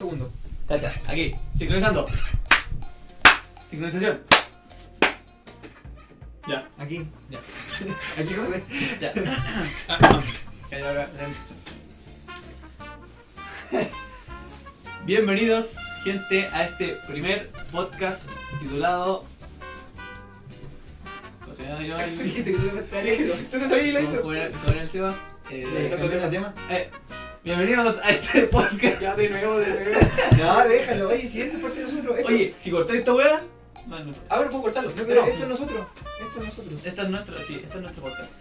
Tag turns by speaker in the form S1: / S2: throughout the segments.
S1: segundo.
S2: Cacha, aquí, sincronizando. Sincronización. Ya,
S1: Aquí.
S2: Ya.
S1: Aquí, José.
S2: ya. Ah, ah. Ya, ya, ya, ya empezó. Bienvenidos, gente, a este primer podcast titulado. ¿Cómo se llama? Yo el-
S1: Dijiste que tú te metías
S3: Tú no sabías la
S2: ¿Cómo-
S3: intro.
S2: cómo era- cómo era el tema? Eh,
S1: el tema?
S2: eh, bienvenidos a este podcast.
S3: Ya de nuevo, de nuevo.
S1: No, déjalo, oye, si esto es parte de nosotros. Esto,
S2: Oye, si cortáis esta wea. No, no.
S3: Ahora puedo cortarlo.
S1: no, pero
S2: no.
S1: esto es nosotros. Esto es nosotros.
S2: Este es nuestro, sí, este es nuestro podcast.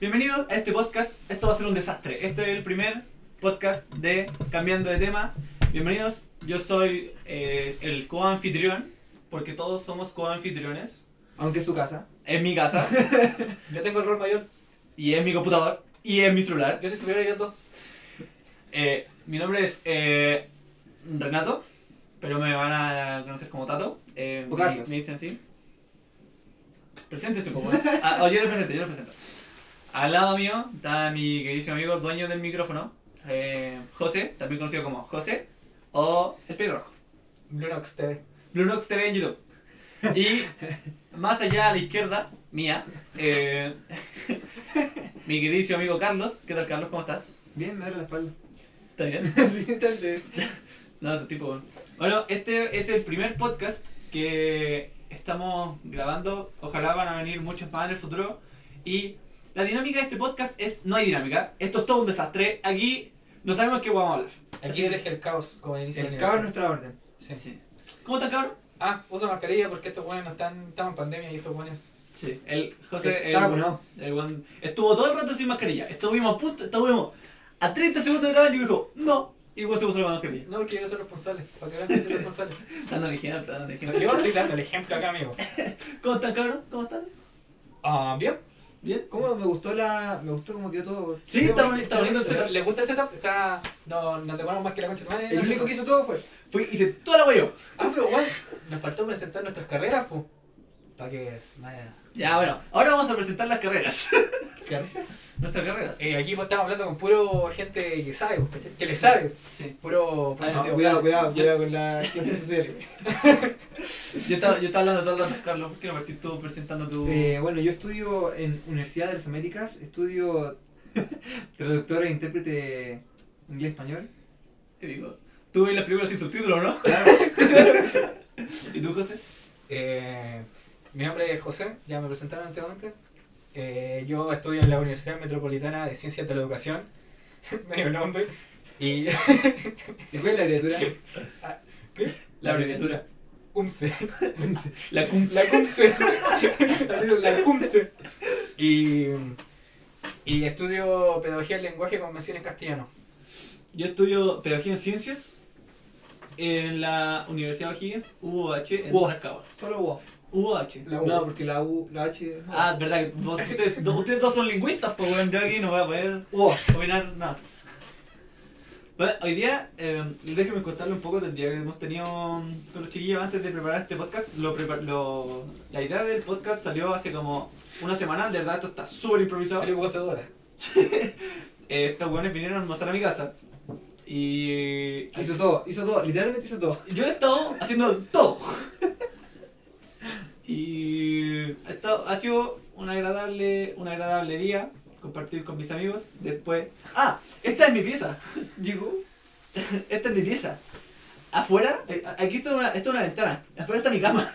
S2: Bienvenidos a este podcast. Esto va a ser un desastre. Este es el primer podcast de Cambiando de Tema. Bienvenidos, yo soy eh, el coanfitrión, porque todos somos coanfitriones.
S1: Aunque es su casa.
S2: En mi casa,
S3: Yo tengo el rol mayor.
S2: y en mi computador, y en mi celular.
S3: Yo soy superior a ellos dos.
S2: Eh, mi nombre es eh, Renato, pero me van a conocer como Tato. Eh,
S1: O
S2: me-
S1: Carlos.
S2: Me, dicen así. Preséntese, poco. Ah, oh, yo lo presento, yo lo presento. Al lado mío está mi queridísimo amigo, dueño del micrófono, eh, José, también conocido como José, o el pelirrojo.
S3: Lunox TV.
S2: Blue Nox TV en YouTube. Y más allá a la izquierda, mía, eh, mi queridísimo amigo Carlos. ¿Qué tal, Carlos? ¿Cómo estás?
S1: Bien, me duele la espalda.
S2: ¿Está bien?
S1: sí, está bien.
S2: No, ese tipo. bueno. Bueno, este es el primer podcast que estamos grabando. Ojalá van a venir muchos más en el futuro. Y la dinámica de este podcast es: no hay dinámica. Esto es todo un desastre. Aquí no sabemos qué vamos a hablar.
S3: Aquí eres el caos, como inicio
S1: El cabo es Eh, nuestra orden.
S3: Sí, sí.
S2: ¿Cómo estás, cabrón?
S3: Ah, usa mascarilla porque estos buenos no están, estamos en pandemia y estos buenos.
S2: Sí, el José.
S1: Está
S2: el-
S1: vacunado.
S2: el buen- estuvo todo el rato sin mascarilla. Estuvimos a punto, estuvimos a 30 segundos de grabar y me dijo: no. Y luego se puso la mascarilla.
S3: No, porque yo no soy responsable. Para que vean que soy responsable.
S2: Dando higiene, dando
S3: Yo estoy dando el ejemplo acá, amigo.
S2: ¿Cómo están, cabrón? ¿Cómo están?
S3: Ah, bien.
S2: ¿Bien?
S1: ¿Cómo me gustó la. Me gustó cómo quedó todo?
S2: Sí,
S1: Quedó
S2: está bonito, está bonito el
S1: bonito.
S2: setup.
S3: ¿Les gusta el setup? Está. No, no te ponemos más que la concha de tu madre.
S1: El único que hizo todo fue.
S2: Fui, hice toda la wea yo.
S3: Ah, pero bueno. Nos faltó presentar nuestras carreras, pues. Para que se vaya.
S2: Ya, bueno, ahora vamos a presentar las carreras.
S3: ¿Carreras?
S2: Nuestras carreras.
S3: Eh, aquí pues, estamos hablando con puro gente que sabe, pues, ¿cachai? que le sabe.
S2: Sí.
S3: Puro.
S2: Ah,
S3: puro-
S1: No, cuidado, cuidado, cuidado con las clases sociales.
S2: Yo estaba, yo estaba hablando todo el rato, Carlos. ¿Por qué no partís tú presentando tu.
S1: Eh, bueno, yo estudio en Universidad de las Américas, estudio traductor e intérprete inglés-español.
S2: ¿Qué digo? Tú ves las películas sin subtítulos, ¿no? ¿Y tú, José?
S3: Eh, mi nombre es José, ya me presentaron anteriormente. Eh, yo estudio en la Universidad Metropolitana de Ciencias de la Educación, medio nombre. Y
S1: ¿Y cuál es la criatura?
S2: La abreviatura.
S3: UMCE,
S2: La cum.
S3: la CUMCE, la CUMCE. Y, y estudio Pedagogía del Lenguaje con mención en castellano.
S2: Yo estudio pedagogía en ciencias en la Universidad O'Higgins, UOH, en
S1: UO.
S2: Rancagua.
S1: Solo vos.
S2: UOH.
S3: La U.
S1: No, porque la U, la H. no.
S2: Ah, verdad, que vos- ustedes, do- ustedes dos son lingüistas, pues bueno, yo aquí no voy a poder
S1: U.
S2: opinar nada. Bueno, hoy día, eh, déjenme contarle un poco del día que hemos tenido mm, con los chiquillos antes de preparar este podcast. Lo prepar- lo- la idea del podcast salió hace como una semana, de verdad esto está súper improvisado.
S3: Soy gocedora.
S2: Eh, estos buenos vinieron a almorzar a mi casa y...
S1: Hizo todo, hizo todo, literalmente hizo todo.
S2: Yo he estado haciendo todo. y ha, estado- ha sido un agradable, un agradable día compartir con mis amigos. Después. ¡Ah! Esta es mi pieza.
S1: Llegó.
S2: Esta es mi pieza. Afuera, eh, aquí esto es una, esto es una ventana. Afuera está mi cama.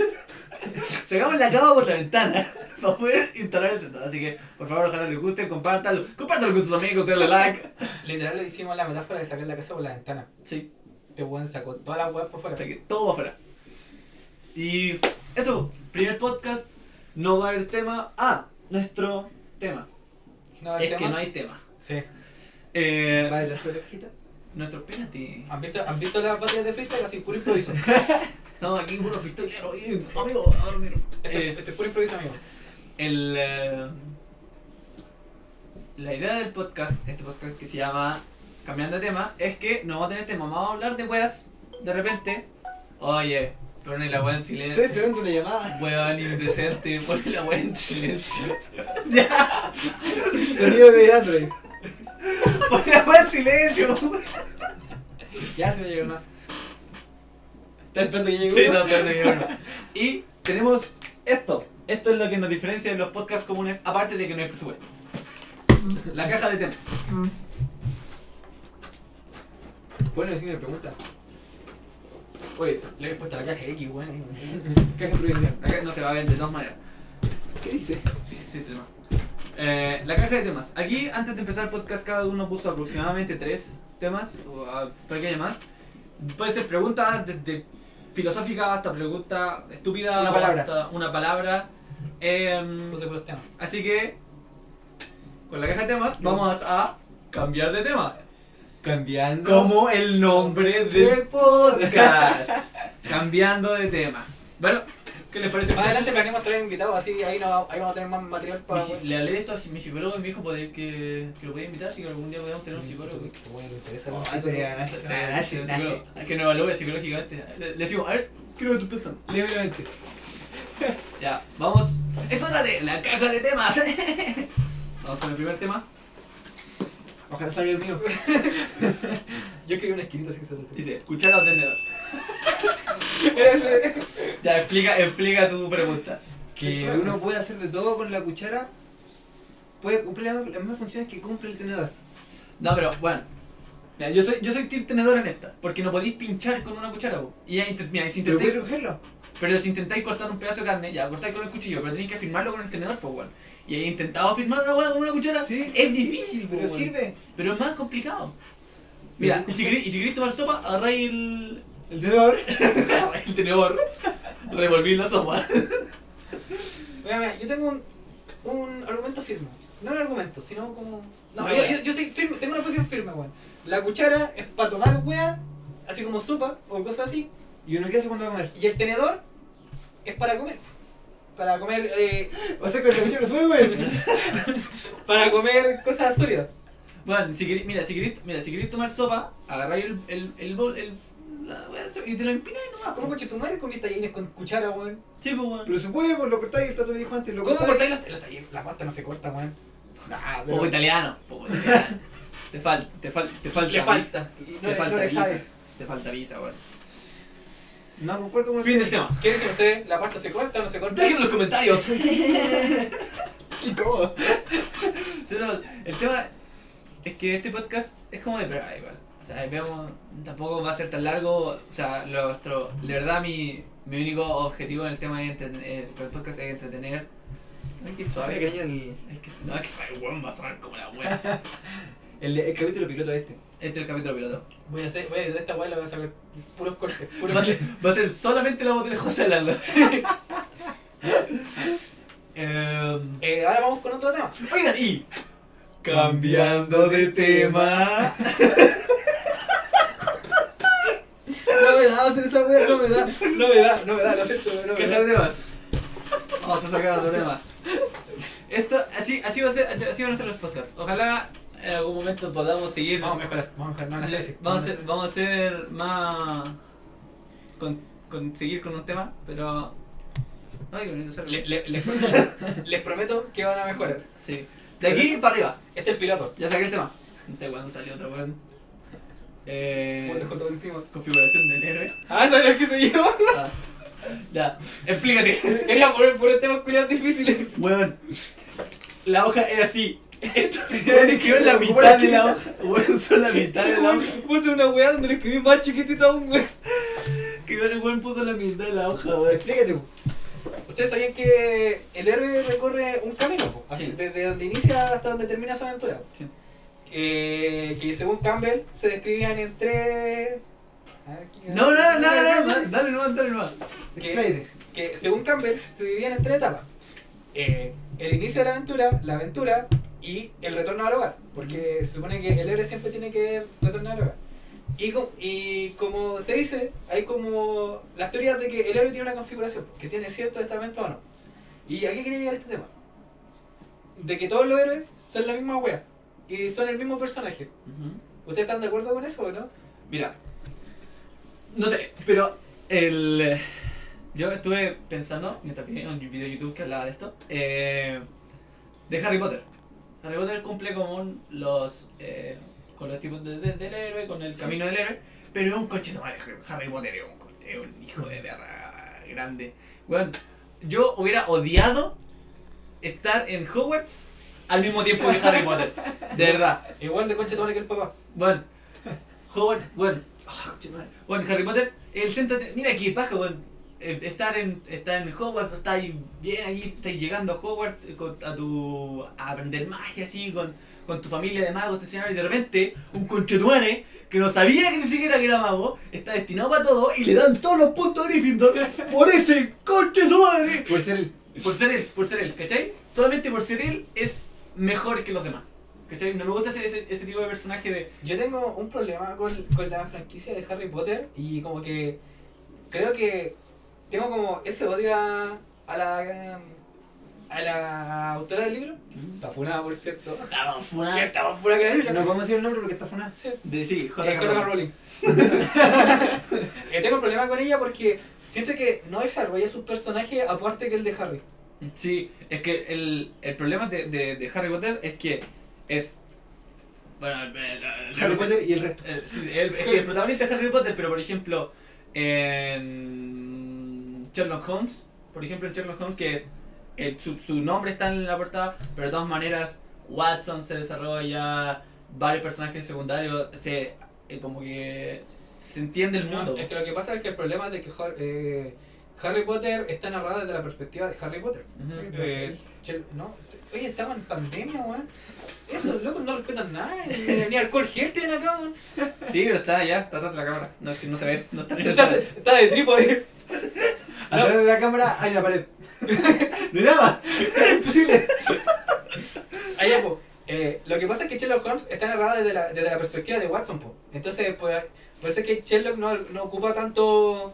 S2: Sacamos la cama por la ventana para poder instalar el setup. Así que, por favor, ojalá les guste, compártanlo. Compártanlo con sus amigos, denle like.
S3: Literal le hicimos la metáfora de sacar la casa por la ventana.
S2: Sí.
S3: Este weón sacó toda la weá por fuera.
S2: O sea que todo va afuera. Y eso, primer podcast, no va a haber tema. Ah, nuestro tema.
S3: No, el
S2: Es que
S3: tema-
S2: no hay tema.
S3: Sí.
S2: Eh,
S1: Vale, la sola hojita.
S2: Nuestro, espérate.
S3: ¿Han visto, ¿Han visto las batallas de freestyle? Así, puro improviso.
S2: No, aquí uno freestylero, eh, amigo, a dormir.
S3: Este,
S2: Eh,
S3: este es puro improviso, amigo.
S2: el, eh, la idea del podcast, este podcast que se llama Cambiando de tema, es que no vamos a tener tema, vamos a hablar de weas de repente. Oye, pone la wea en silencio.
S1: Estoy esperando una llamada.
S2: Weón indecente, pone la wea en silencio.
S1: Sonido de Android.
S2: Pon la wea en silencio.
S1: Ya se me llegó una. ¿Estás esperando que llegue
S2: Sí,
S1: uno?
S2: no, pero no quiero uno. Y tenemos esto. Esto es lo que nos diferencia de los podcasts comunes, aparte de que no hay presupuesto. La caja de temas.
S1: Ponle el signo de pregunta.
S2: Oye, eso, le he puesto la caja.
S3: X, weón.
S1: Caja de prohibición.
S2: La caja no se va a ver de todas maneras.
S1: ¿Qué dice?
S2: Sí, se va. Eh, la caja de temas. Aquí, antes de empezar el podcast, cada uno puso aproximadamente tres temas, o ah, pequeñas más. Puede ser preguntas desde filosóficas hasta preguntas estúpidas.
S1: Una palabra.
S2: hasta Una palabra. Em,
S3: Puse puros temas.
S2: Así que, con la caja de temas, vamos a cambiar de tema.
S1: Cambiando.
S2: Como el nombre del podcast. Cambiando de tema. Bueno, ¿qué les parece?
S3: Más adelante
S2: muchachos?
S3: planeamos traer invitados, así ahí, no, ahí vamos a tener más material
S2: Mi
S3: para.
S2: si- Le hablé de esto a mi psicólogo y me dijo poder que, que lo podía invitar, así que algún día podíamos
S3: Mm,
S2: tener un psicólogo.
S3: Bueno, le interesa.
S1: Oh, podría ganar.
S2: Ah,
S1: Ganar,
S2: un
S1: ganar.
S2: psicólogo. Que nos evalúe psicológicamente. Le, le decimos, a ver, ¿qué es lo que tú piensas?
S1: Libremente.
S2: Ya, vamos. Es hora de la caja de temas. vamos con el primer tema.
S1: Ojalá salga el mío.
S3: Yo escribí una esquinita así que se lo tengo.
S2: Dice, escuchar al tenedor. Ya, explica, explica tu pregunta.
S1: Que
S3: Eso es.
S1: uno puede hacer de todo con la cuchara. Puede cumplir las mismas- las mismas funciones que cumple el tenedor.
S2: No, pero bueno. Mira, yo soy, yo soy team tenedor en esta, porque no podéis pinchar con una cuchara. po. Y ya intent- mira, y si
S1: Pero
S2: intentáis
S1: puede rugerlo.
S2: Pero si intentáis cortar un pedazo de carne, ya cortáis con el cuchillo, pero tenéis que afirmarlo con el tenedor, pues weón. Y ahí intentado afirmar una weá con una cuchara.
S1: Sí,
S2: es difícil,
S1: pero
S2: pues, weón.
S1: sirve.
S2: Pero es más complicado. Mira, y si queréis, y si queréis tomar sopa, agarráis el.
S1: El tenedor.
S2: agarráis el tenedor. Revolví la sopa.
S3: Mira, mira, yo tengo un, un argumento firme. No un argumento, sino como. No,
S2: Una
S3: yo,
S2: idea.
S3: yo- yo soy firme, tengo una posición firme, weón. La cuchara es para tomar weá, así como sopa o cosas así.
S1: ¿Y uno qué hace cuando va a comer?
S3: Y el tenedor es para comer. Para comer. eh,
S1: O sea, con el tenedor sube, güey.
S3: para comer cosas sólidas.
S2: Bueno, si queréis, mira, si queréis, mira, si queréis tomar sopa, agarráis el, el, el bol, el. la weá de sopa y te lo empináis nomás.
S3: ¿Cómo coche tu madre comí tallarines con cuchara, weón?
S2: Sí, pues weón.
S1: Pero se puede, pues lo cortáis, el tato me dijo antes, lo
S3: ¿Cómo
S1: cortáis.
S3: cortáis los, los tallarines? La pasta no se corta, weón.
S1: Ah, pero-
S2: Poco italiano, poco italiano. te falta, te falta, te falta.
S3: Le
S2: visa.
S3: falta. Y No,
S2: te
S3: le,
S2: falta
S3: no le
S2: visa.
S3: sabes.
S2: Te falta visa, weón.
S1: No, concuerdo con
S2: Fin del tema.
S3: ¿Qué dicen ustedes? ¿La pasta se corta o no se corta?
S2: Dejen en los comentarios.
S1: ¿Y cómo?
S2: Entonces, El tema es que este podcast es como de prueba igual. O sea, veamos, tampoco va a ser tan largo. O sea, lo- nuestro, de verdad mi, mi único objetivo en el tema de entreten- eh, para el podcast es entretener. Ay, qué
S1: Hace
S2: suave.
S1: pequeño el,
S2: Es que, no, es que sabe, weón, va a sonar como la wea.
S1: el, el capítulo piloto este.
S2: Este es el capítulo piloto.
S3: Voy a hacer, voy a editar esta weá y la voy a sacar puros cortes, puros
S2: Va a ser,
S3: clips.
S2: va a ser solamente la voz de José Lalo. Em,
S3: Eh, ahora vamos con otro tema.
S2: Oigan, y. Cambiando de tema.
S1: No me da hacer esa wea, no me da.
S3: Novedad, novedad, lo siento,
S2: Caja
S3: novedad.
S2: de temas. Vamos a sacar otro tema. Esto, así, así, va a ser, así van a ser los podcasts. Ojalá en algún momento podamos seguir.
S3: Vamos a mejorar, vamos a mejorar, no van a ser así.
S2: Vamos a ser, vamos a ser más. Con, con- seguir con un tema, pero. Ay, qué bonito
S3: Le-
S2: sale.
S3: le- les, les prometo que van a mejorar.
S2: Sí. De aquí para arriba.
S3: Este es el piloto.
S2: Ya saqué el tema. De cuando salió otro weón.
S3: Como
S2: Eh,
S3: dejó todo encima.
S2: configuración del héroe.
S3: Ah, ¿sabes lo que se yo?
S2: Ah, ya, explícate.
S3: Quería poner puros temas culiados difíciles.
S2: Weón, la hoja era así. Esto escribió la mitad de la hoja. Weón, usó la mitad de la hoja.
S3: Puse una weá donde lo escribí más chiquitito aún, weón.
S2: Que el weón puso la mitad de la hoja,
S1: Joder, explícate. po.
S3: Ustedes sabían que el héroe recorre un camino, po, así,
S2: Sí.
S3: desde donde inicia hasta donde termina su aventura. po.
S2: Sí.
S3: Eh, que según Campbell se describían en tres. a ver, ¿qué-
S2: No, no, no, no, no, dale nomás, dale nomás.
S3: ¿Qué?
S1: Explícate.
S3: Que según Campbell se dividían en tres etapas: Eh, el inicio de la aventura, la aventura y el retorno al hogar. Porque se supone que el héroe siempre tiene que retornar al hogar. Y, co- y como se dice, hay como las teorías de que el héroe tiene una configuración, que tiene cierto estamento o no. ¿Y a qué quería llegar este tema? De que todos los héroes son la misma wea y son el mismo personaje. ¿Ustedes están de acuerdo con eso o no?
S2: Mira, no sé, pero el. Yo estuve pensando, mientras vi un video de YouTube que hablaba de esto, eh, de Harry Potter. Harry Potter cumple con los, eh, con los tipos de- de- del héroe, con el camino del héroe, Pero es un coche no, Harry Potter es un, co- es un hijo de perra grande. Weón, yo hubiera odiado estar en Hogwarts al mismo tiempo que Harry Potter. De verdad.
S3: Igual de concha tomar que el papá.
S2: Bueno, Howard, bueno, ah, conchetumare. bueno, Harry Potter, el centro. de- mira qué paja, bueno. eh, Estar en, estar en Hogwarts, está ahí bien ahí, estáis llegando a Hogwarts eh, con- a, tu, a aprender magia así, con, con tu familia de magos, te enseñaron, y de repente un conchetuane que no sabía que ni siquiera que era mago, está destinado para todo y le dan todos los puntos a Gryffindor por ese conche su madre.
S1: Por ser el.
S2: Por ser él, por ser él, ¿cachai? Solamente por ser él es mejor que los demás, ¿cachai? No me gusta ese, ese, ese tipo de personaje de,
S3: Yo tengo un problema con, con la franquicia de Harry Potter y como que creo que tengo como ese odio a, a la a la autora del libro. Está funada, por cierto.
S2: La
S3: Que
S2: manfuna
S3: Está más funada que la chucha.
S1: No podemos decir el nombre porque está funado.
S3: Sí.
S2: de sí, J.
S3: Eh, J.K. Rowling. Eh, tengo un problema con ella porque siento que no desarrolla su personaje aparte que el de Harry.
S2: Sí, es que el, el problema de, de, de Harry Potter es que es. Bueno, el- el- el-
S1: Harry Potter y el resto.
S2: el- sí, el- es que el protagonista es Harry Potter, pero por ejemplo, en Sherlock Holmes, por ejemplo, en Sherlock Holmes, que es. El, su, su nombre está en la portada, pero de todas maneras, Watson se desarrolla, varios personajes secundarios, se. eh, como que. se entiende el mundo.
S3: Es que lo que pasa es que el problema es de que Har- eh, Harry Potter está narrada desde la perspectiva de Harry Potter.
S2: Ujú.
S3: Eh, che, no, oye, estamos en pandemia, weón. Estos locos no respetan nada, ni, ni alcohol gel tienen acá, weón.
S2: Sí, pero está allá, está atrás de la cámara. No, es que no se ve, no está en el
S3: Está, está de trípode.
S1: Atrás de la cámara hay una pared.
S2: ¡De nada!
S3: Imposible. Allá, po. Eh, lo que pasa es que Sherlock Holmes está narrada desde la, desde la perspectiva de Watson, po. Entonces, pues, por eso es que Sherlock no, no ocupa tanto,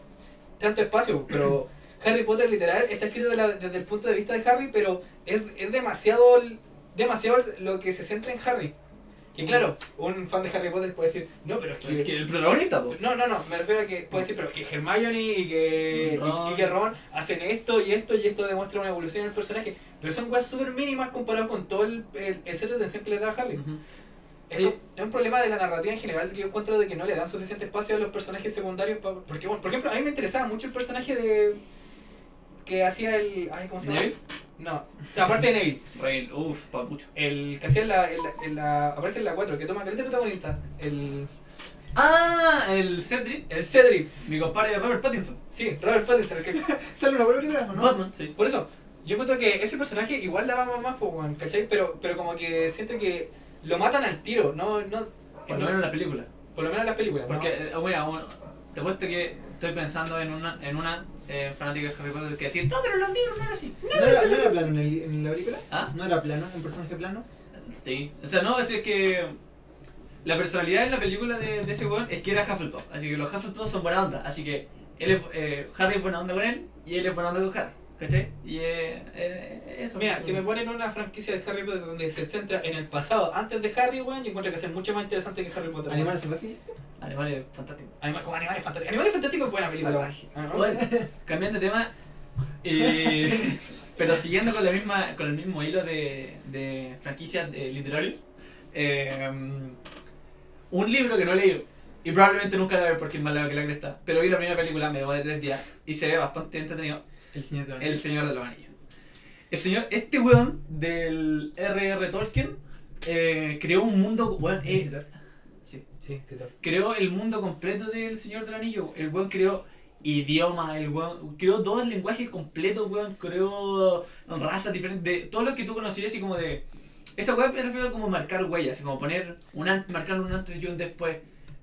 S3: tanto espacio, po. pero Harry Potter literal está escrito de la- desde el punto de vista de Harry, pero es, es demasiado, demasiado lo que se centra en Harry. Que claro, un fan de Harry Potter puede decir, no, pero es que...
S2: Es que el protagonista, po.
S3: No, no, no, me refiero a que puede decir, pero es que Hermione y que,
S2: Ron.
S3: y, y que Ron hacen esto y esto y esto demuestra una evolución en el personaje. Pero son cosas súper mínimas comparado con todo el, el, el centro de atención que le da a Harry. Es,
S2: Sí.
S3: co- es un problema de la narrativa en general que yo encuentro de que no le dan suficiente espacio a los personajes secundarios. pa- porque, bueno, por ejemplo, a mí me interesaba mucho el personaje de. que hacía el. Ay, ¿Cómo se llama?
S2: ¿Neville?
S3: No, aparte de Neville.
S2: Rey, uff, papucho.
S3: El que hacía en la, en la, en la- aparece en la 4, que toma el protagonista. El,
S2: Ah, el Cedric,
S3: el Cedric.
S2: mi compadre de Robert Pattinson.
S3: Sí, Robert Pattinson, el que
S1: Sale una película, ¿o no?
S2: Batman, sí.
S3: Por eso, yo encuentro que ese personaje igual daba más, más po, weón, ¿cachai? Pero, pero como que siento que lo matan al tiro, no, no,
S2: Por lo menos en la película.
S3: por lo menos en las películas. ¿no?
S2: Porque, eh, mira, bueno, te puesto que estoy pensando en una, en una eh, fanática de Harry Potter que decía, no, pero los libros no eran así.
S1: ¿No era, no era plano en, el- en la película?
S2: Ah,
S1: ¿No era plano? ¿Un personaje plano?
S2: sí. O sea, no, es que la personalidad en la película de, de ese weón es que era Hufflepuff. Así que los Hufflepuff son buena onda. Así que él es, eh, Harry es buena onda con él y él es buena onda con Harry. ¿Cachai? Y eh, eh, eso.
S3: Mira,
S2: eso.
S3: si me ponen una franquicia de Harry Potter donde se centra en el pasado antes de Harry, weón, yo encuentro que es mucho más interesante que Harry Potter.
S1: ¿Animales salvajes?
S2: Animales fantásticos.
S3: Anima- como animales fantásticos. Animales fantásticos es buena película.
S1: Salvaje.
S3: Ah, ¿no?
S2: Bueno, cambiando de tema, eh, pero siguiendo con, la misma, con el mismo hilo de, de franquicias eh, literarias, eh, un libro que no he leído y probablemente nunca lo veré porque es más largo que la cresta, pero vi la primera película, me demoré tres días y se ve bastante entretenido,
S1: El señor de
S2: El Señor de los Anillos. El señor, este weón del R.R. Tolkien eh, creó un mundo, weón, eh, sí
S3: Sí, escritor.
S2: creó el mundo completo del Señor del Anillo. El weón creó idioma, el weón creó dos lenguajes completos, weón, creó razas diferentes, de todo lo que tú conocías así como de... Esa weá me refiero como marcar huellas, así como poner un an- marcar un antes y un después,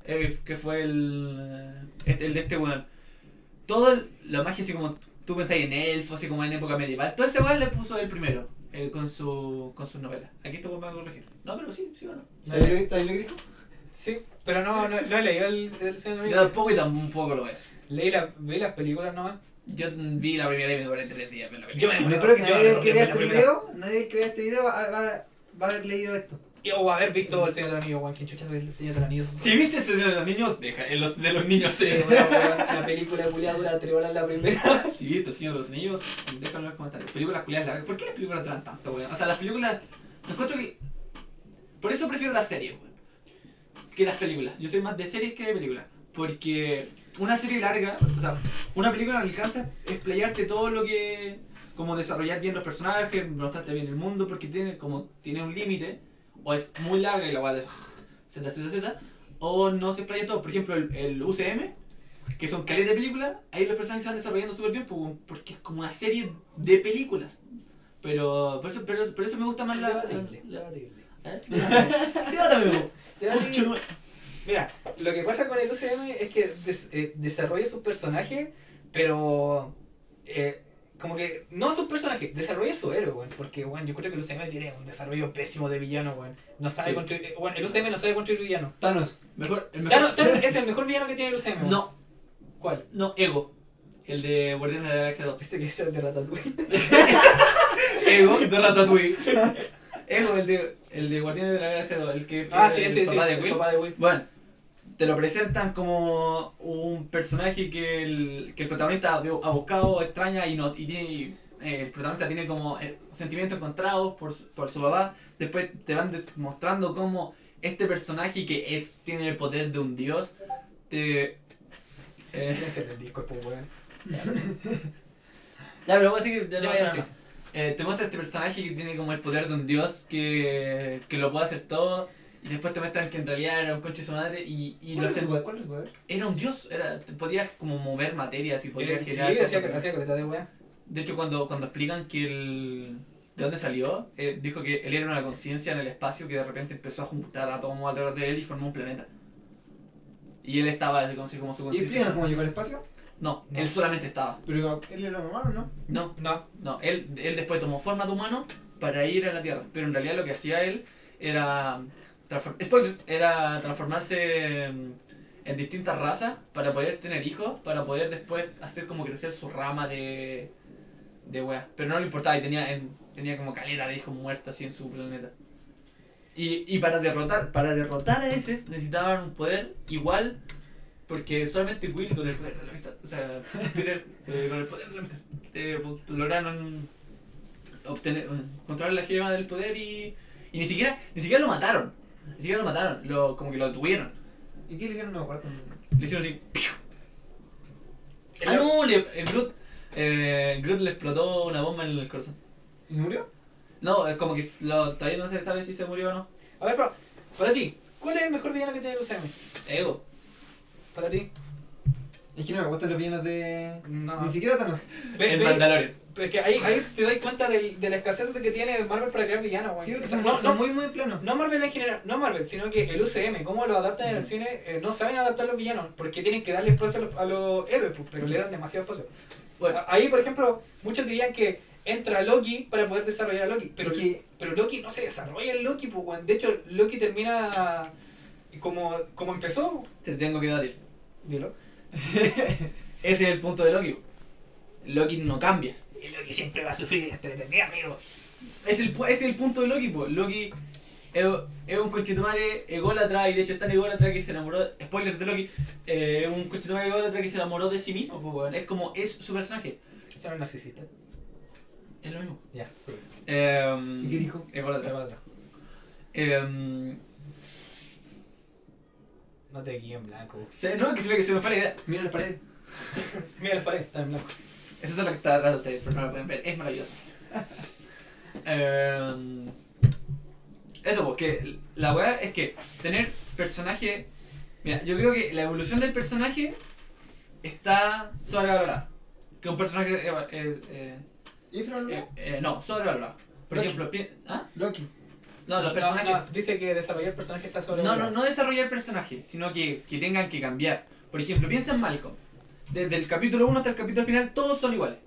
S2: eh, que fue el, eh, el de este weón. Todo el- la magia así como tú pensás en elfos, así como en época medieval, todo ese weón le puso el primero. eh, con su con sus novelas. Aquí esto me va a corregir. No, pero sí, sí o no.
S1: ¿También lo dijo?
S3: Sí, pero no, no, no he leído el, el Señor de los
S2: Yo
S3: Anillos.
S2: tampoco y tampoco lo es.
S3: Leí la, vi las películas nomás.
S2: Yo vi la primera y me duré tres días. pero la
S3: Yo me
S2: primera-
S1: Me creo que
S3: yo
S1: nadie
S3: no,
S1: que
S3: yo
S1: vea
S3: la
S1: este
S3: primera.
S1: video, nadie que vea este video va, va- va a haber leído esto.
S3: Y- O haber visto el Señor del Anillo, weón. ¿Quién chucha ve el Señor del Anillo?
S2: Si viste ese de los niños, deja el los- de los niños.
S3: Sí,
S2: eh.
S3: bueno, weón, la película culiada dura tres horas la primera.
S2: si viste el Señor de los Anillos, déjalo en los comentarios. Películas culiadas largas. ¿Por qué las películas duran tanto, weón? O sea, las películas. me Encuentro que. Por eso prefiero las series, weón. Que las películas. Yo soy más de series que de películas. porque una serie larga, o sea, una película no alcanza a explayarte todo lo que. como desarrollar bien los personajes, mostrarte bien el mundo, porque tiene como tiene un límite, o es muy larga y la guada Z, Z, Z, o no se explaya todo. Por ejemplo, el, el UCM, que son calles de películas, ahí los personajes se van desarrollando súper bien, po, porque es como una serie de películas. Pero por eso, pero, por eso me gusta más la.
S3: Debatible, debatible.
S2: ¿Eh? Debátame, po.
S3: Debatible.
S2: Concha, ma-
S3: Mira, lo que pasa con el UCM es que des- eh, desarrolla sus personajes, pero. eh, como que. No sus personajes, desarrolla su héroe, weón. Porque, weón, yo creo que el UCM tiene un desarrollo pésimo de villano, weón. No sabe
S2: Sí.
S3: construir. eh, weón, el UCM no sabe construir villano.
S1: Thanos.
S2: Mejor, el mejor.
S3: Thanos, Thanos es el mejor villano que tiene el UCM. weón.
S2: No,
S3: ¿Cuál?
S2: no, Ego. El de Guardianes de la Galaxia 2.
S3: Pensé que ese era el de Ratatouille.
S2: Ego, de Ratatouille. Ego, el de, el de Guardianes de la Galaxia 2. El que.
S3: Ah,
S2: el
S3: sí, ese, sí.
S2: papá de
S3: el
S2: Will.
S3: papá de Will.
S2: Bueno, te lo presentan como un personaje que el, que el protagonista ha ha buscado, extraña y no y tiene, y, eh, el protagonista tiene como eh, sentimientos encontrados por su, por su papá. Después te van des- mostrando cómo este personaje que es tiene el poder de un dios te eh,
S3: Silencio en el disco, pues, weón.
S2: Ya, pero voy a seguir, ya,
S3: Ya,
S2: no voy a
S3: ya,
S2: decir
S3: sí.
S2: más. Eh, te muestra este personaje que tiene como el poder de un dios que, que lo puede hacer todo. Y después te muestran que en realidad era un coche de su madre y, y
S1: ¿Cuál
S2: lo
S1: es su
S2: hacen-
S1: poder? ¿Cuál es su poder?
S2: era un dios, era, te podías como mover materias y podías
S3: Eh, Sí,
S2: generar
S3: hacía
S2: cosas.
S3: hacía caleta de weón.
S2: De hecho, cuando, cuando explican que el. ¿De dónde salió? eh, dijo que él era una conciencia en el espacio que de repente empezó a juntar átomos alrededor de él y formó un planeta. Y él estaba así como, como su
S1: ¿Y explican
S2: conciencia.
S1: cómo llegó al espacio?
S2: No,
S3: No.
S2: él solamente estaba.
S1: Pero él era humano, ¿no?
S2: No,
S3: No.
S2: No, él, él después tomó forma de humano para ir a la Tierra. Pero en realidad lo que hacía él era. transfor- Spoilers, era transformarse en, en distintas razas para poder tener hijos, para poder después hacer como crecer su rama de. de weas. Pero no le importaba y tenía, en- tenía como calera de hijos muertos así en su planeta. Y, y para derrotar para derrotar a ese necesitaban un poder igual porque solamente Will con el poder de la amistad, o sea, Peter eh, con el poder de la amistad, eh, pu- lograron obtener, eh, controlar la gema del poder y, y ni siquiera ni siquiera lo mataron, ni siquiera lo mataron, lo, como que lo tuvieron.
S1: ¿Y qué le hicieron? No, me acuerdo.
S2: Le hicieron así. ¡piu! Ah no, le, eh, Groot, eh, Groot le explotó una bomba en el corazón.
S1: ¿Y se murió?
S2: No, es como que lo, todavía no se sabe si se murió o no.
S3: A ver, pero, para ti, ¿cuál es el mejor villano que tiene el UCM?
S2: Ego.
S3: Para ti.
S1: Es que no me gustan los villanos de.
S3: No.
S1: Ni siquiera Thanos.
S3: Ve-
S2: el
S3: ve-
S2: Mandalorian.
S3: Es que ahí, ahí te das cuenta del- de la escasez de que tiene Marvel para crear villanos, güey.
S1: Sí, porque
S3: O sea,
S1: son,
S3: no,
S1: son
S3: no-
S1: muy, muy planos.
S3: no Marvel en general, no Marvel, sino que el UCM, cómo lo adaptan en el
S1: Ujú.
S3: cine, eh, no saben adaptar los villanos, porque tienen que darle espacio a los, a los héroes, pues, pero le dan demasiado espacio.
S2: Bueno.
S3: A- ahí, por ejemplo, muchos dirían que entra Loki para poder desarrollar a Loki, pero,
S1: Es que-
S3: pero Loki no se desarrolla en Loki, pues, güey. de hecho, Loki termina como, como empezó,
S2: Te tengo que decir.
S3: dilo.
S2: Ese es el punto de Loki. Loki no cambia.
S3: Y Loki siempre va a sufrir hasta la eternidad, amigo.
S2: Es el, pu- es el punto de Loki, po. Loki es, es un conchetumare ególatra y de hecho es tan ególatra que se enamoró. Spoilers de Loki. eh, Es un conchetumare ególatra que se enamoró de sí mismo, po, weón. Es como es su personaje.
S3: Ese era un narcisista.
S2: Es lo mismo.
S3: Ya, sí.
S2: Em,
S1: ¿Y qué dijo?
S2: Ególatra. Em,
S3: No te guíen en blanco.
S2: se- no, que se me, que se me fue la idea.
S1: Mira las paredes.
S3: Mira las paredes, están en blanco.
S2: Eso es lo que está atrás de ustedes, pero no lo pueden ver. Es maravilloso. Em, eso, porque la weá es que tener personaje. Mira, yo creo que la evolución del personaje está sobrevalorada. Que un personaje. eh, eh, eh,
S1: ¿Y Efron?
S2: eh, eh, no, sobrevalorado. Por
S1: Loki.
S2: ejemplo, pi- ¿ah?
S1: Loki.
S2: No, los
S3: No,
S2: personajes.
S3: no, dice que desarrollar el personaje está sobre.
S2: No, no, no desarrollar personajes, sino que, que tengan que cambiar. Por ejemplo, piensa en Malcolm. Desde el capítulo 1 hasta el capítulo final, todos son iguales.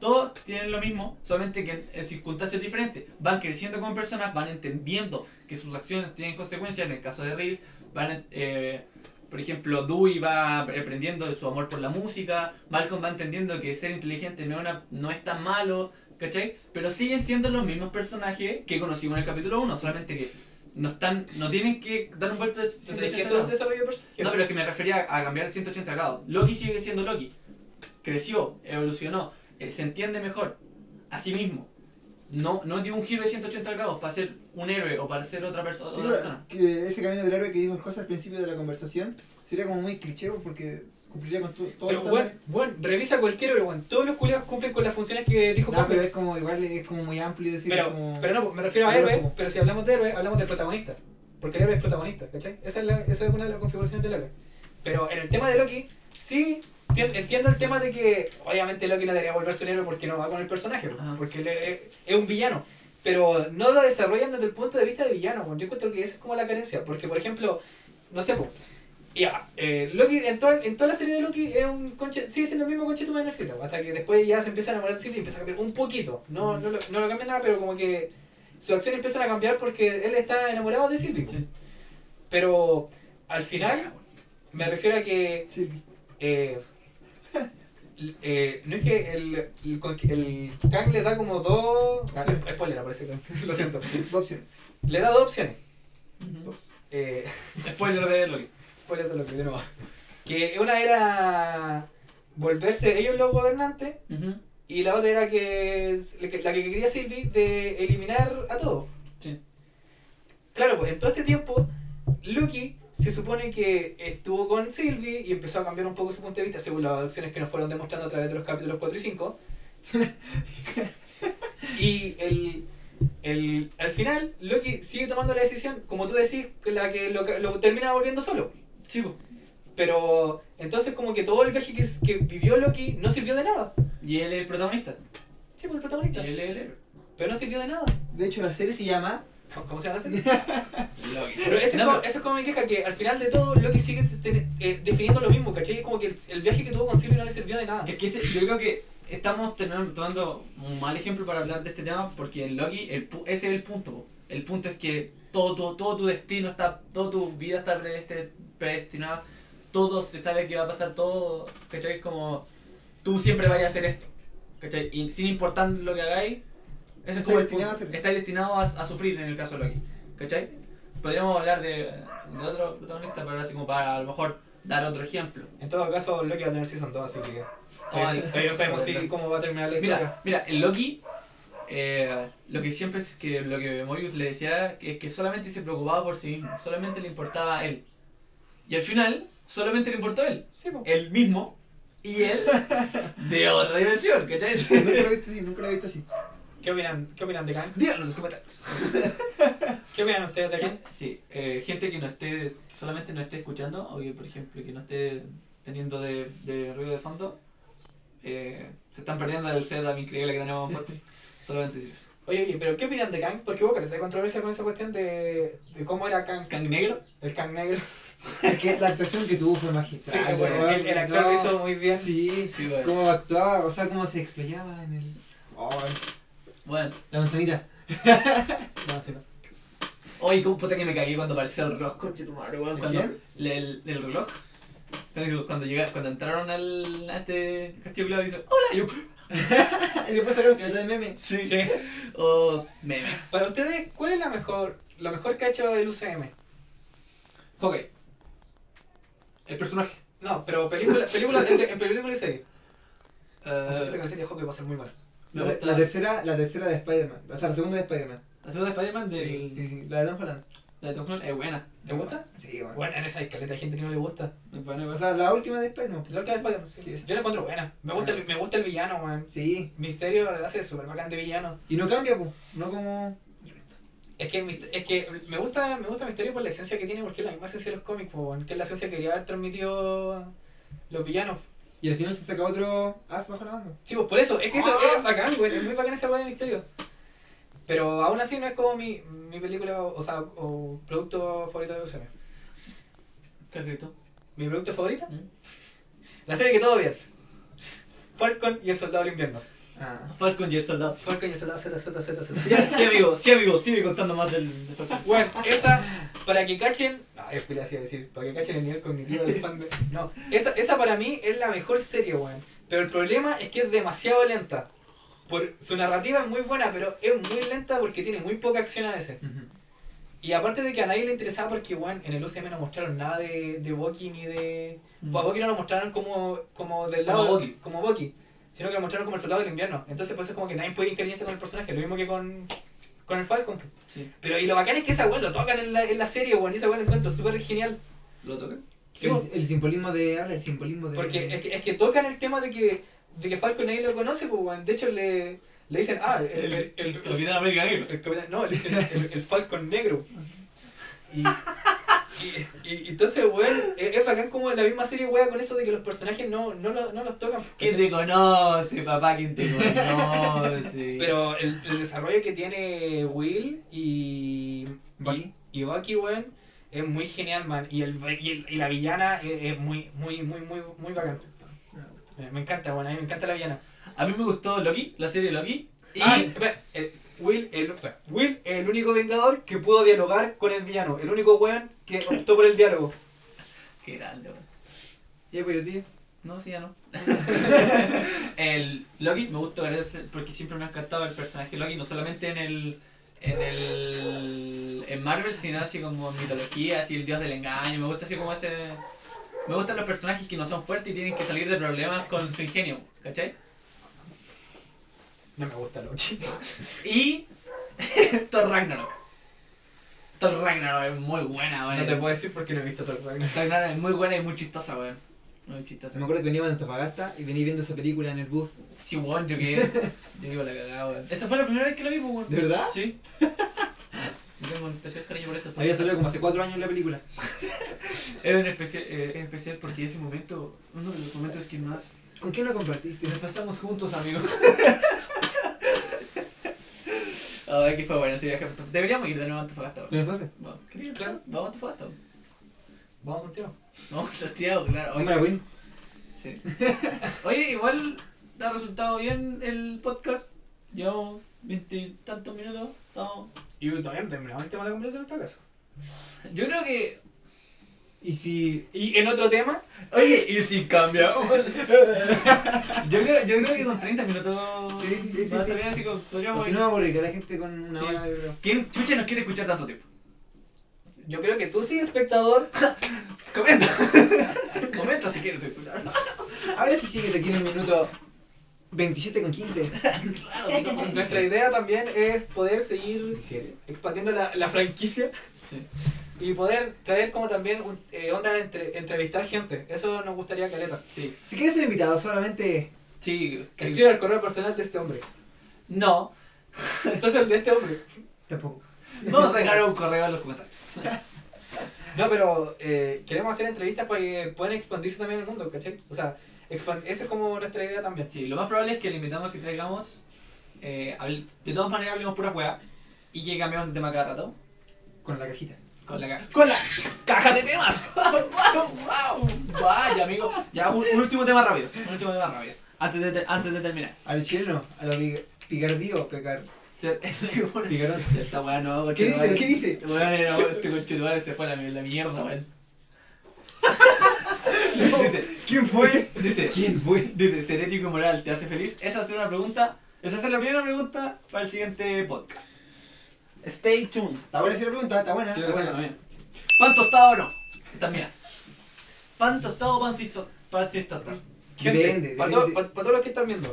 S2: Todos tienen lo mismo, solamente que en, en circunstancias diferentes. Van creciendo como personas, van entendiendo que sus acciones tienen consecuencias. En el caso de Reese, van, eh, por ejemplo, Dewey va aprendiendo de su amor por la música. Malcolm va entendiendo que ser inteligente no, es una- no es tan malo, ¿cachai? Pero siguen siendo los mismos personajes que conocimos en el capítulo 1, solamente que no, están, no tienen que dar un vuelto de
S3: Entonces,
S2: 180
S3: ¿qué es el
S2: grados.
S3: desarrollo de personaje?
S2: No, pero es que me refería a cambiar de 180 grados. Loki sigue siendo Loki. Creció, evolucionó, eh, se entiende mejor a sí mismo. no, no dio un giro de 180 grados para ser un héroe o para ser otra, perso-
S4: Sí,
S2: otra persona.
S4: que ese camino del héroe que dijo el José al principio de la conversación sería como muy cliché pues, porque cumpliría con tu- todo
S3: Pero,
S4: los
S3: bueno, bueno, revisa cualquier héroe, weón. Todos los culiados cumplen con las funciones que dijo
S4: No,
S3: Pokémon.
S4: pero es como igual es como muy amplio decir
S3: Pero,
S4: como
S3: pero no, me refiero a
S4: Pero
S3: héroe,
S4: como-
S3: pero si hablamos de héroe, hablamos de protagonista. Porque el héroe es protagonista, ¿cachai? Esa es, la- esa es una de las configuraciones del héroe. Pero en el tema de Loki, sí tien- entiendo el tema de que obviamente Loki no debería volverse un héroe porque no va con el personaje,
S2: Ajá.
S3: porque él es, es un villano. Pero no lo desarrollan desde el punto de vista de villano, weón. yo encuentro que esa es como la carencia. Porque, por ejemplo, no sé, po, ya, eh, Loki, en toda, en toda la serie de Loki es un conche, sigue siendo el mismo conche tu madrecita, hasta que después ya se empieza a enamorar de Sylvie y empieza a cambiar un poquito. No, no, lo, no lo cambia nada, pero como que sus acciones empiezan a cambiar porque él está enamorado de Sylvie.
S2: Sí.
S3: Pero al final, me refiero a que
S4: Sí.
S3: eh, l- eh, no es que el, el, con- el Kang le da como dos. Ah, spoiler, aparece Kang, lo siento.
S4: dos opciones,
S3: Le da dos opciones.
S2: Ujú.
S4: dos.
S3: Eh,
S2: Spoiler de Loki.
S3: spoiler de lo que de nuevo. Que una era volverse ellos los gobernantes y la otra era que es- la que la que quería Sylvie de eliminar a todos.
S2: Sí.
S3: Claro, pues en todo este tiempo, Loki se supone que estuvo con Sylvie y empezó a cambiar un poco su punto de vista según las acciones que nos fueron demostrando a través de los capítulos 4 y 5. y el, el- al final, Loki sigue tomando la decisión, como tú decís, que la que lo, lo termina volviendo solo.
S2: Sí, po.
S3: Pero entonces como que todo el viaje que, que vivió Loki no sirvió de nada.
S2: Y él es el protagonista.
S3: Sí, pues el
S2: Y
S3: protagonista.
S2: él es el héroe.
S3: Pero no sirvió de nada.
S4: De hecho la serie se llama
S3: ¿Cómo, cómo se llama ese?
S2: Loki.
S3: Pero ese
S2: No,
S3: es como- eso es como mi queja, que al final de todo Loki sigue ten- eh, definiendo lo mismo, ¿cachai? Es como que el, el viaje que tuvo con Sylvie no le sirvió de nada.
S2: Es que ese- yo creo que estamos teniendo- tomando un mal ejemplo para hablar de este tema porque en Loki el, pu- ese es el punto. po. El punto es que todo, tu- todo tu destino está, toda tu vida está predeste- predestinada, todo se sabe que va a pasar, todo, ¿cachai? Como tú siempre vayas a hacer esto, ¿cachai? Y sin importar lo que hagáis, eso es
S4: Estás
S2: como el
S4: destinado a
S2: punto.
S4: hacer-
S2: Estáis destinado a, a sufrir en el caso de Loki, ¿cachai? Podríamos hablar de, de otro protagonista, pero así como para a lo mejor dar otro ejemplo.
S3: En todo caso, Loki va a tener Season 2, así que
S2: Ay,
S3: todavía, todavía no sabemos si, cómo va a terminar la historia.
S2: Mira, mira, el Loki, eh, lo que siempre es que lo que Mobius le decía que es que solamente se preocupaba por sí mismo, solamente le importaba a él. Y al final, solamente le importó a él,
S3: Sí, po.
S2: él mismo y él de otra dimensión, ¿cachai?
S4: nunca lo viste así nunca lo viste así
S3: ¿Qué opinan, ¿Qué opinan de Kang?
S2: Díganlo en los comentarios.
S3: ¿Qué opinan ustedes de Kang?
S2: Sí, eh, gente que no esté, que solamente no esté escuchando, o que por ejemplo que no esté teniendo de, de ruido de fondo, eh, se están perdiendo del setup increíble que tenemos en podcast. Solamente decir eso.
S3: Oye, oye, pero ¿qué opinan de Kang? Porque hubo careta de controversia con esa cuestión de, de cómo era Kang,
S2: ¿Kang negro?
S3: el Kang negro.
S4: es que la actuación que tuvo fue magistral
S3: Sí,
S4: ese
S3: bueno,
S4: weón,
S3: el, el actor
S4: no.
S3: lo hizo muy bien.
S4: sí
S2: Sí, bueno.
S4: cómo actuaba o sea cómo se explayaba en el oh,
S2: Bueno.
S4: la manzanita
S3: No, sí, no.
S2: Oye, cómo puta que me cagué cuando apareció el reloj, conche tu madre, weón.
S4: ¿El
S2: Cuando
S4: quién?
S2: el, el- el reloj. Cuando- Cuando, llega- cuando entraron al, a este castillo claro, dice, hola, y yo,
S4: y después sacaron que de meme
S2: sí.
S3: Sí.
S2: O memes.
S3: Para ustedes, ¿cuál es la mejor, lo mejor que ha hecho el UCM?
S2: Ok. El personaje.
S3: No, pero película, película, entre- en película y serie. Aunque siento que
S2: Eh,
S3: la serie de Hawkeye va a ser muy mala.
S2: me
S4: la,
S2: gusta.
S4: la tercera la tercera de Spider-Man o sea la segunda de Spider-Man
S2: La segunda de Spider-Man del-
S4: sí, sí, sí, la de Tom Holland
S2: la de Tom Holland es buena.
S3: ¿Te gusta?
S4: sí bueno.
S3: Bueno, en esa hay caleta de gente que no le gusta.
S2: Es buena, es
S4: o
S2: buena.
S4: sea la última de Spider-Man
S1: pues.
S3: La última de Spider-Man, sí.
S4: Sí, esa.
S3: Yo la encuentro buena. Me gusta, el, me gusta el villano, weón.
S4: sí
S3: Misterio la hace súper bacán de villano.
S4: y no cambia pues no como
S3: Es que, Mist- es que me gusta me gusta Misterio por la esencia que tiene, porque es la misma esencia de los cómics, po, weón. Que es la esencia que quería haber transmitido los villanos.
S4: y al final se saca otro as bajo la manga
S3: Chicos, por eso. Es que eso es bacán, weón. Es muy bacán esa weá de Misterio. Pero aún así no es como mi, mi película, o sea, o producto favorito de UCM.
S2: ¿Qué has visto?
S3: ¿Mi producto favorito?
S2: ¿Mm?
S3: La serie que todo bien. Falcon y el Soldado del Invierno.
S4: ah
S2: Falcon y el soldado.
S3: Falcon y el Soldado Z, Z, Z, Z.
S2: Sí, sí, amigo, sí, amigo, sigue contando más del de Falcon.
S3: Bueno, esa, para que cachen. No, Ah, es que le hacía decir, para que cachen el nivel cognitivo del fan. de- No, esa, esa para mí es la mejor serie, weón. Pero el problema es que es demasiado lenta. Por, su narrativa es muy buena, pero es muy lenta porque tiene muy poca acción a veces.
S4: Ujú.
S3: Y aparte de que a nadie le interesaba porque, weón, en el UCM no mostraron nada de, de Bucky ni de. Pues a Bucky no lo mostraron como, como del
S2: Como
S3: lado.
S2: Bucky.
S3: como Bucky, sino que lo mostraron como el soldado del invierno. Entonces, pues es como que nadie puede encariñarse con el personaje, lo mismo que con, con el Falcon.
S2: Sí.
S3: Pero y lo bacán es que esa weá lo tocan en la, en la serie, weón, y esa weá la encuentro súper genial.
S2: ¿Lo toca?
S3: Sí,
S1: el,
S3: po.
S1: el simbolismo de. Habla el simbolismo de.
S3: Porque es que, es que tocan el tema de que, de que Falcon nadie lo conoce, pues, weón. De hecho, le, le dicen, ah, el, el, el-
S2: Lo quita la América Negro.
S3: el capitán- no, le dicen el, el Falcon negro. Y, y, y- y entonces, weón, es, es bacán como la misma serie, weón, con eso de que los personajes no, no, lo- no los tocan.
S2: ¿Quién te conoce, papá? ¿Quién te conoce?
S3: Pero el, el desarrollo que tiene Will y
S1: Bucky.
S3: y, y Bucky, weón, es muy genial, man. Y, el, y, el- y la villana es, es muy, muy, muy, muy, muy bacán.
S1: Ah.
S3: Me, me encanta, weón, a mí me encanta la villana.
S2: A mí me gustó Loki, la serie Loki. Y
S3: Ah, espera, el- Will, el, espera, Will es el único vengador que pudo dialogar con el villano. El único weón que optó por el diálogo.
S2: Qué grande, weón.
S1: Ya, pues, pero tío.
S2: No, sí, ya no. el Loki me gusta agradecer porque siempre me ha encantado el personaje Loki, no solamente en el. En el. En Marvel, sino así como en mitología, así el dios del engaño. Me gusta así como ese. Me gustan los personajes que no son fuertes y tienen que salir de problemas con su ingenio, ¿cachai?
S3: No me gusta Loki.
S2: Y. Thor Ragnarok. Thor Ragnarok es muy buena,
S3: No te
S2: weón.
S3: puedo decir porque no he visto todo el Ragnarok.
S2: Ragnarok es muy buena y muy chistosa, weón. Muy chistosa.
S1: Me acuerdo que veníamos en Antofagasta y venía viendo esa película en el bus.
S2: Sí, weón, yo que. Yo digo la cagada, weón. Esa fue la primera vez que la vi, pues, weón.
S1: ¿De verdad?
S2: Sí. Yo Tengo un especial cariño por eso.
S1: Había salido como hace cuatro años la película.
S2: Era un especial, eh, es especial porque ese momento, uno de los momentos que más
S1: ¿Con quién la compartiste?
S2: la pasamos juntos, amigo. Ay, Ah, que fue bueno ese viaje. a Antofagasta. Deberíamos ir de nuevo a Antofagasta. weón.
S1: ¿Con el José?
S2: Vamos, ¿queréis ir? Claro, vamos a Antofagasta. weón.
S3: Vamos, Santiago.
S2: Vamos a Santiago, claro.
S1: Hombre,
S2: Oye,
S1: la Win.
S2: sí. Oye, igual ha resultado bien el podcast. Llevamos veintitantos minutos. Estamos...
S3: Y todavía no terminamos el tema de la conversación en todo caso.
S2: Yo creo que
S1: Y si.
S3: Y en otro tema,
S2: Oye, ¿y si cambiamos? yo, creo, yo creo que con 30 minutos.
S1: Sí, sí, sí, sí,
S2: va a
S1: sí.
S2: terminar así como-
S1: O
S2: podríamos
S1: si no me aburre que la gente con una
S2: Sí.
S1: hora de verdad.
S2: ¿Quién chucha nos quiere escuchar tanto tiempo?
S3: yo creo que tú sí, espectador,
S2: Comenta. Comenta si quieres escuchar.
S1: Habla si sigues aquí en el minuto 27 con 15.
S3: nuestra idea también es poder seguir expandiendo la, la franquicia
S2: Sí.
S3: y poder traer como también un, eh, onda entre, entrevistar gente. Eso nos gustaría, Caleta.
S2: Sí.
S1: Si quieres ser invitado, solamente.
S2: Sí. que-
S3: Escribe al correo personal de este hombre.
S2: No.
S3: Entonces el de este hombre.
S1: Tampoco.
S2: Vamos a dejar un correo en los comentarios.
S3: No, pero eh, queremos hacer entrevistas para que puedan expandirse también el mundo, ¿cachai? O sea, expand- esa es como nuestra idea también.
S2: Sí, lo más probable es que le invitamos que traigamos. eh, habl- de todas maneras hablemos pura hueá y que cambiamos de tema cada rato.
S1: Con la cajita.
S2: Con la, ca- con la caja de temas. wow, wow. Vaya, amigo. Ya, un, un último tema rápido. Un último tema rápido. Antes de, te- antes de terminar.
S1: A los chilenos, a los pig- picardío, pecar.
S2: Ser-
S1: Picarón.
S2: Esta weá no.
S1: ¿Qué dice? ¿Qué dice?
S2: Este weón era- este conchetumare se fue a la, la mierda, weón. Dice,
S1: ¿Quién fue?
S2: dice,
S1: ¿Quién fue?
S2: dice, ser ético y moral te hace feliz. Esa es una pregunta. Esa es la primera pregunta para el siguiente podcast. Stay tuned.
S1: Está buena esa pregunta, está buena.
S2: Quiero
S1: está
S2: hacerlo
S1: buena.
S2: también. ¿Pan tostado o no? También. ¿Pan tostado o pan sin, so- pan sin tostar?
S1: Depende,
S3: para,
S1: depende.
S3: todos los que están viendo,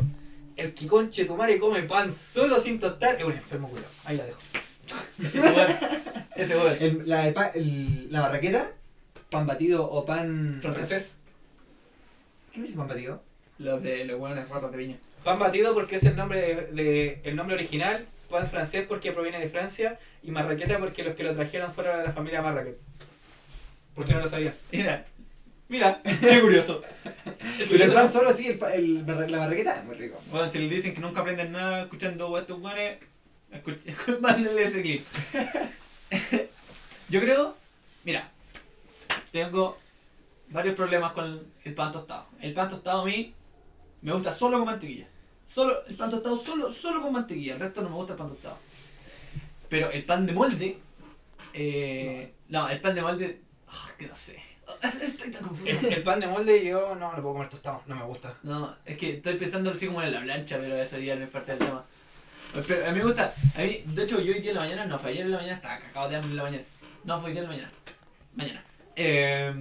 S3: el que conche tu madre come pan solo sin tostar es un enfermo culo. Ahí la dejo.
S2: Ese weón. Ese weón.
S1: El- Em, la, de pa- el- la barraquera, pan batido o pan.
S3: Francés.
S1: ¿Qué dice pan batido?
S2: Los de los hueones raros de viña.
S3: Pan batido porque es el nombre de, de- el nombre original, pan francés porque proviene de Francia y marraqueta porque los que lo trajeron fueron de la familia Marraquet. Por si no lo sabían.
S2: Mira. Mira. Qué curioso.
S1: Pero el pan solo así, el, pa- el barra- la barraqueta, muy rico.
S2: Bueno, si le dicen que nunca aprenden nada escuchando a estos hueones, escuche- mándenle ese clip. Yo creo, mira, tengo varios problemas con el pan tostado. El pan tostado a mí me gusta solo con mantequilla. Solo, el pan tostado solo, solo con mantequilla. El resto no me gusta el pan tostado. Pero el pan de molde, eh, no, el pan de molde, ah, que no sé. Estoy tan confuso.
S3: El pan de molde yo no lo puedo comer tostado, no me gusta.
S2: No, es que estoy pensando así como en la plancha, pero eso ya no es parte del tema. Pero a mí me gusta, a mí, de hecho yo hoy día en la mañana, no fue ayer en la mañana, estaba cagado de hambre en la mañana. No, fue hoy día en la mañana. Mañana. eh,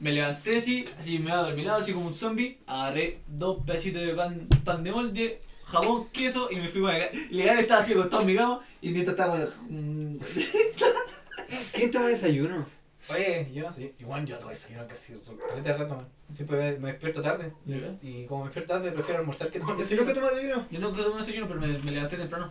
S2: me levanté así, así me había dormido así como un zombie. Agarré dos pedacitos de pan, pan de molde, jabón, queso y me fui para la cama. Legal estaba así acostado en mi cama y mientras estaba. mm,
S1: ¿Quién toma desayuno?
S3: Oye, yo no sé, igual yo tomo desayuno casi caleta de rato, man. Siempre me, me despierto tarde.
S2: Ya.
S3: Y como me despierto tarde, prefiero almorzar que tomar
S4: ¿Qué lo
S3: desayuno.
S4: que tomas de vino?
S2: Yo no tomé desayuno, pero me, me levanté temprano.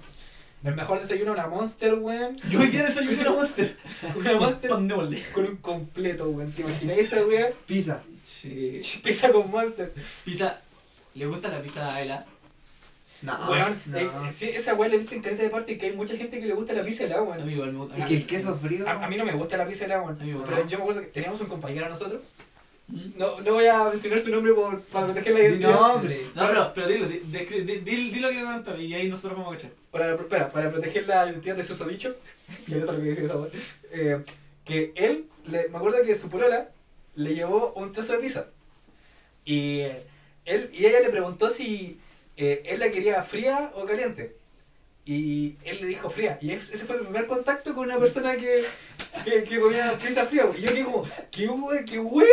S3: El mejor desayuno una Monster, weón.
S2: Yo hoy día desayuné una monster.
S3: Una Monster
S2: pan de molde.
S3: con un completo, weón. ¿Te imaginas esa, weón?
S4: Pizza.
S2: Sí.
S3: Pizza con Monster.
S2: Pizza. ¿Le gusta la pizza a Ela?
S1: Ah,
S4: No,
S3: Weón,
S4: no.
S3: eh, sí, esa weón la he visto en caleta de parte y que hay mucha gente que le gusta la pizza helada,
S2: A
S3: weón.
S2: mí igual me gusta.
S1: Es que el queso frío.
S3: A, a mí no me gusta la pizza helada, weón.
S2: A mí me gusta.
S3: Pero yo me acuerdo que teníamos un compañero nosotros.
S2: Mm.
S3: No, no voy a mencionar su nombre por, para proteger la
S1: Di
S3: identidad.
S1: nombre.
S2: No, pero, pero dilo, di- descri- di- di- di lo que me contaron y ahí nosotros vamos a cachar.
S3: para, espera, para proteger la identidad de susodicho, que no sé lo que dice esa weá, eh, que él, le- me acuerdo que su polola le llevó un trozo de pizza. Y, eh, él, y ella le preguntó si eh, él la quería fría o caliente. Y él le dijo fría. Y es- ese fue el primer contacto con una persona que, que, que comía pizza fría. Y yo quedé como, ¿qué, we- qué wea?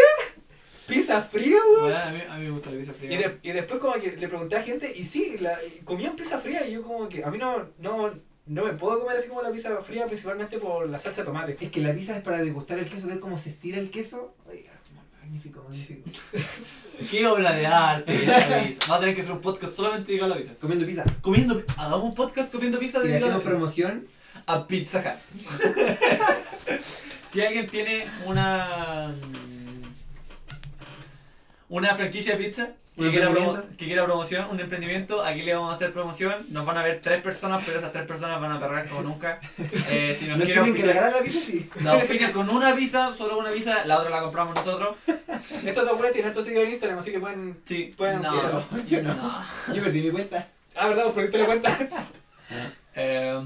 S3: ¿Pizza fría, weón?
S2: Bueno, a, mí, a mí me gusta la pizza fría.
S3: Y, de- y después como que le pregunté a gente y sí, la, comían pizza fría y yo como que a mí no, no, no me puedo comer así como la pizza fría principalmente por la salsa de tomate.
S1: Es que la pizza es para degustar el queso, ver cómo se estira el queso. Ay, magnífico, magnífico.
S2: Qué obra de arte es la pizza. Va a tener que hacer un podcast solamente dedicado a la pizza.
S1: Comiendo pizza.
S2: Comiendo, hagamos un podcast comiendo pizza
S1: Y le
S2: dedicado a la
S1: hacemos
S2: pizza.
S1: promoción.
S2: a Pizza Hut. si alguien tiene una mm, una franquicia de pizza
S1: ¿Un
S2: que quiera, promo-
S1: emprendimiento?
S2: que quiera promoción, un emprendimiento, aquí le vamos a hacer promoción. Nos van a ver tres personas, pero esas tres personas van a perrar como nunca. Eh, si nos
S1: ¿No
S2: quieren
S1: tienen que
S2: auspiciar-
S1: regalar la pizza? Sí.
S2: nos auspician con una visa, solo una visa, la otra la compramos nosotros.
S3: Estos dos güeyes tienen harto seguidores en Instagram, así que pueden...
S2: Sí,
S3: Bueno,
S2: no,
S3: yo no.
S2: no.
S1: Yo perdí mi cuenta.
S3: Ah, ¿verdad? Porque te lo cuenta.
S2: Eh,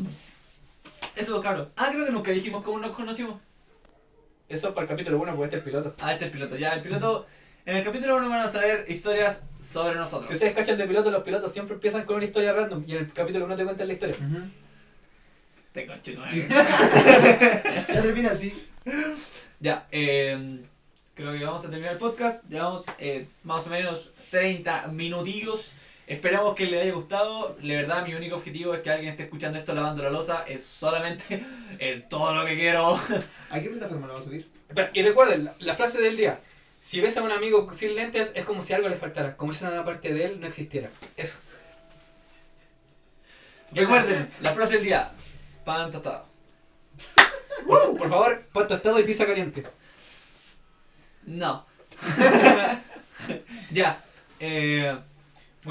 S2: eso, cabrón. Ah, creo que nunca dijimos cómo nos conocimos.
S3: Eso es para el capítulo 1, porque este es el piloto.
S2: Ah, este es el piloto. Ya, el piloto. En el capítulo 1 van a saber historias sobre nosotros.
S3: Si ustedes cachan de piloto, los pilotos siempre empiezan con una historia random y en el capítulo 1 te cuentan la historia.
S2: Te conchino,
S1: Ya termina así.
S2: Ya, eh, creo que vamos a terminar el podcast. Llevamos eh, más o menos 30 minutillos. Esperamos que les haya gustado. La verdad, mi único objetivo es que alguien esté escuchando esto lavando la losa. Es solamente eh, todo lo que quiero.
S1: ¿A qué plataforma lo vamos a subir?
S3: Espera, y recuerden, la, la frase del día. Si ves a un amigo sin lentes, es como si algo le faltara, como si una parte de él no existiera. Eso.
S2: Recuerden, la frase del día. Pan tostado.
S3: Por, fa- por favor, pan tostado y pizza caliente.
S2: No. ya. eh,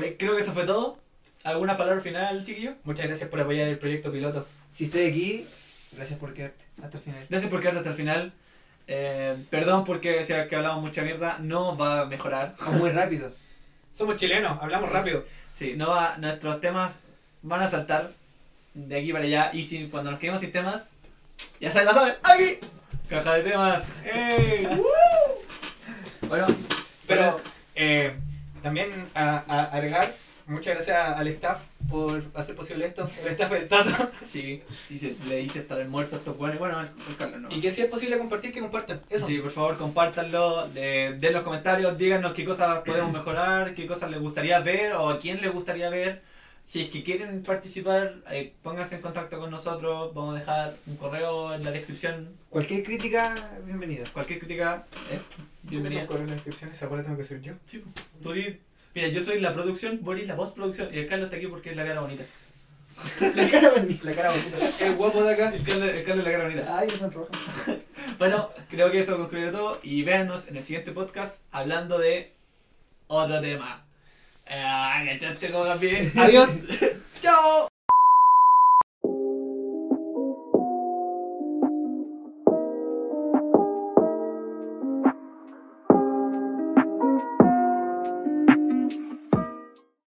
S2: eh, creo que eso fue todo. ¿Alguna palabra final, chiquillo?
S3: Muchas gracias por apoyar el proyecto piloto.
S1: Si estoy aquí, gracias por quedarte. Hasta el final.
S2: Gracias por quedarte hasta el final. Eh, perdón porque si que hablamos mucha mierda, no va a mejorar.
S1: O muy rápido.
S3: Somos chilenos, hablamos rápido.
S2: Sí, no va, nuestros temas van a saltar de aquí para allá. Y si, cuando nos quedemos sin temas, ya saben, la saben. ¡Aquí! Caja de temas. ¡Ey! bueno,
S3: Pero eh, también a, a agregar, muchas gracias al staff por hacer posible esto, el staff del Tato.
S2: sí, sí, se- le hice hasta el almuerzo a estos buenos. Bueno, el, el Carlos no.
S3: Y que si es posible compartir, que compartan. Eso.
S2: Sí, por favor, compártanlo, de, den los comentarios, díganos qué cosas podemos mejorar, qué cosas les gustaría ver o a quién les gustaría ver. Si es que quieren participar, eh, pónganse en contacto con nosotros, vamos a dejar un correo en la descripción.
S1: Cualquier crítica, bienvenida.
S2: Cualquier crítica, eh, bienvenida.
S3: Correo en la descripción, esa cual la tengo que hacer yo.
S2: Sí, pues, tú eres- Mira, yo soy la producción, Boris la postproducción y el Carlos está aquí porque es la cara bonita.
S1: La cara bonita.
S3: La cara bonita. El guapo de acá.
S2: El Carlos, el Carlos es la cara bonita.
S1: Ay, me sonrojo.
S2: Bueno, creo que eso concluye todo y véanos en el siguiente podcast Eh, hablando de otro tema. Ah, ¿cachaste cómo cambié?
S3: Adiós.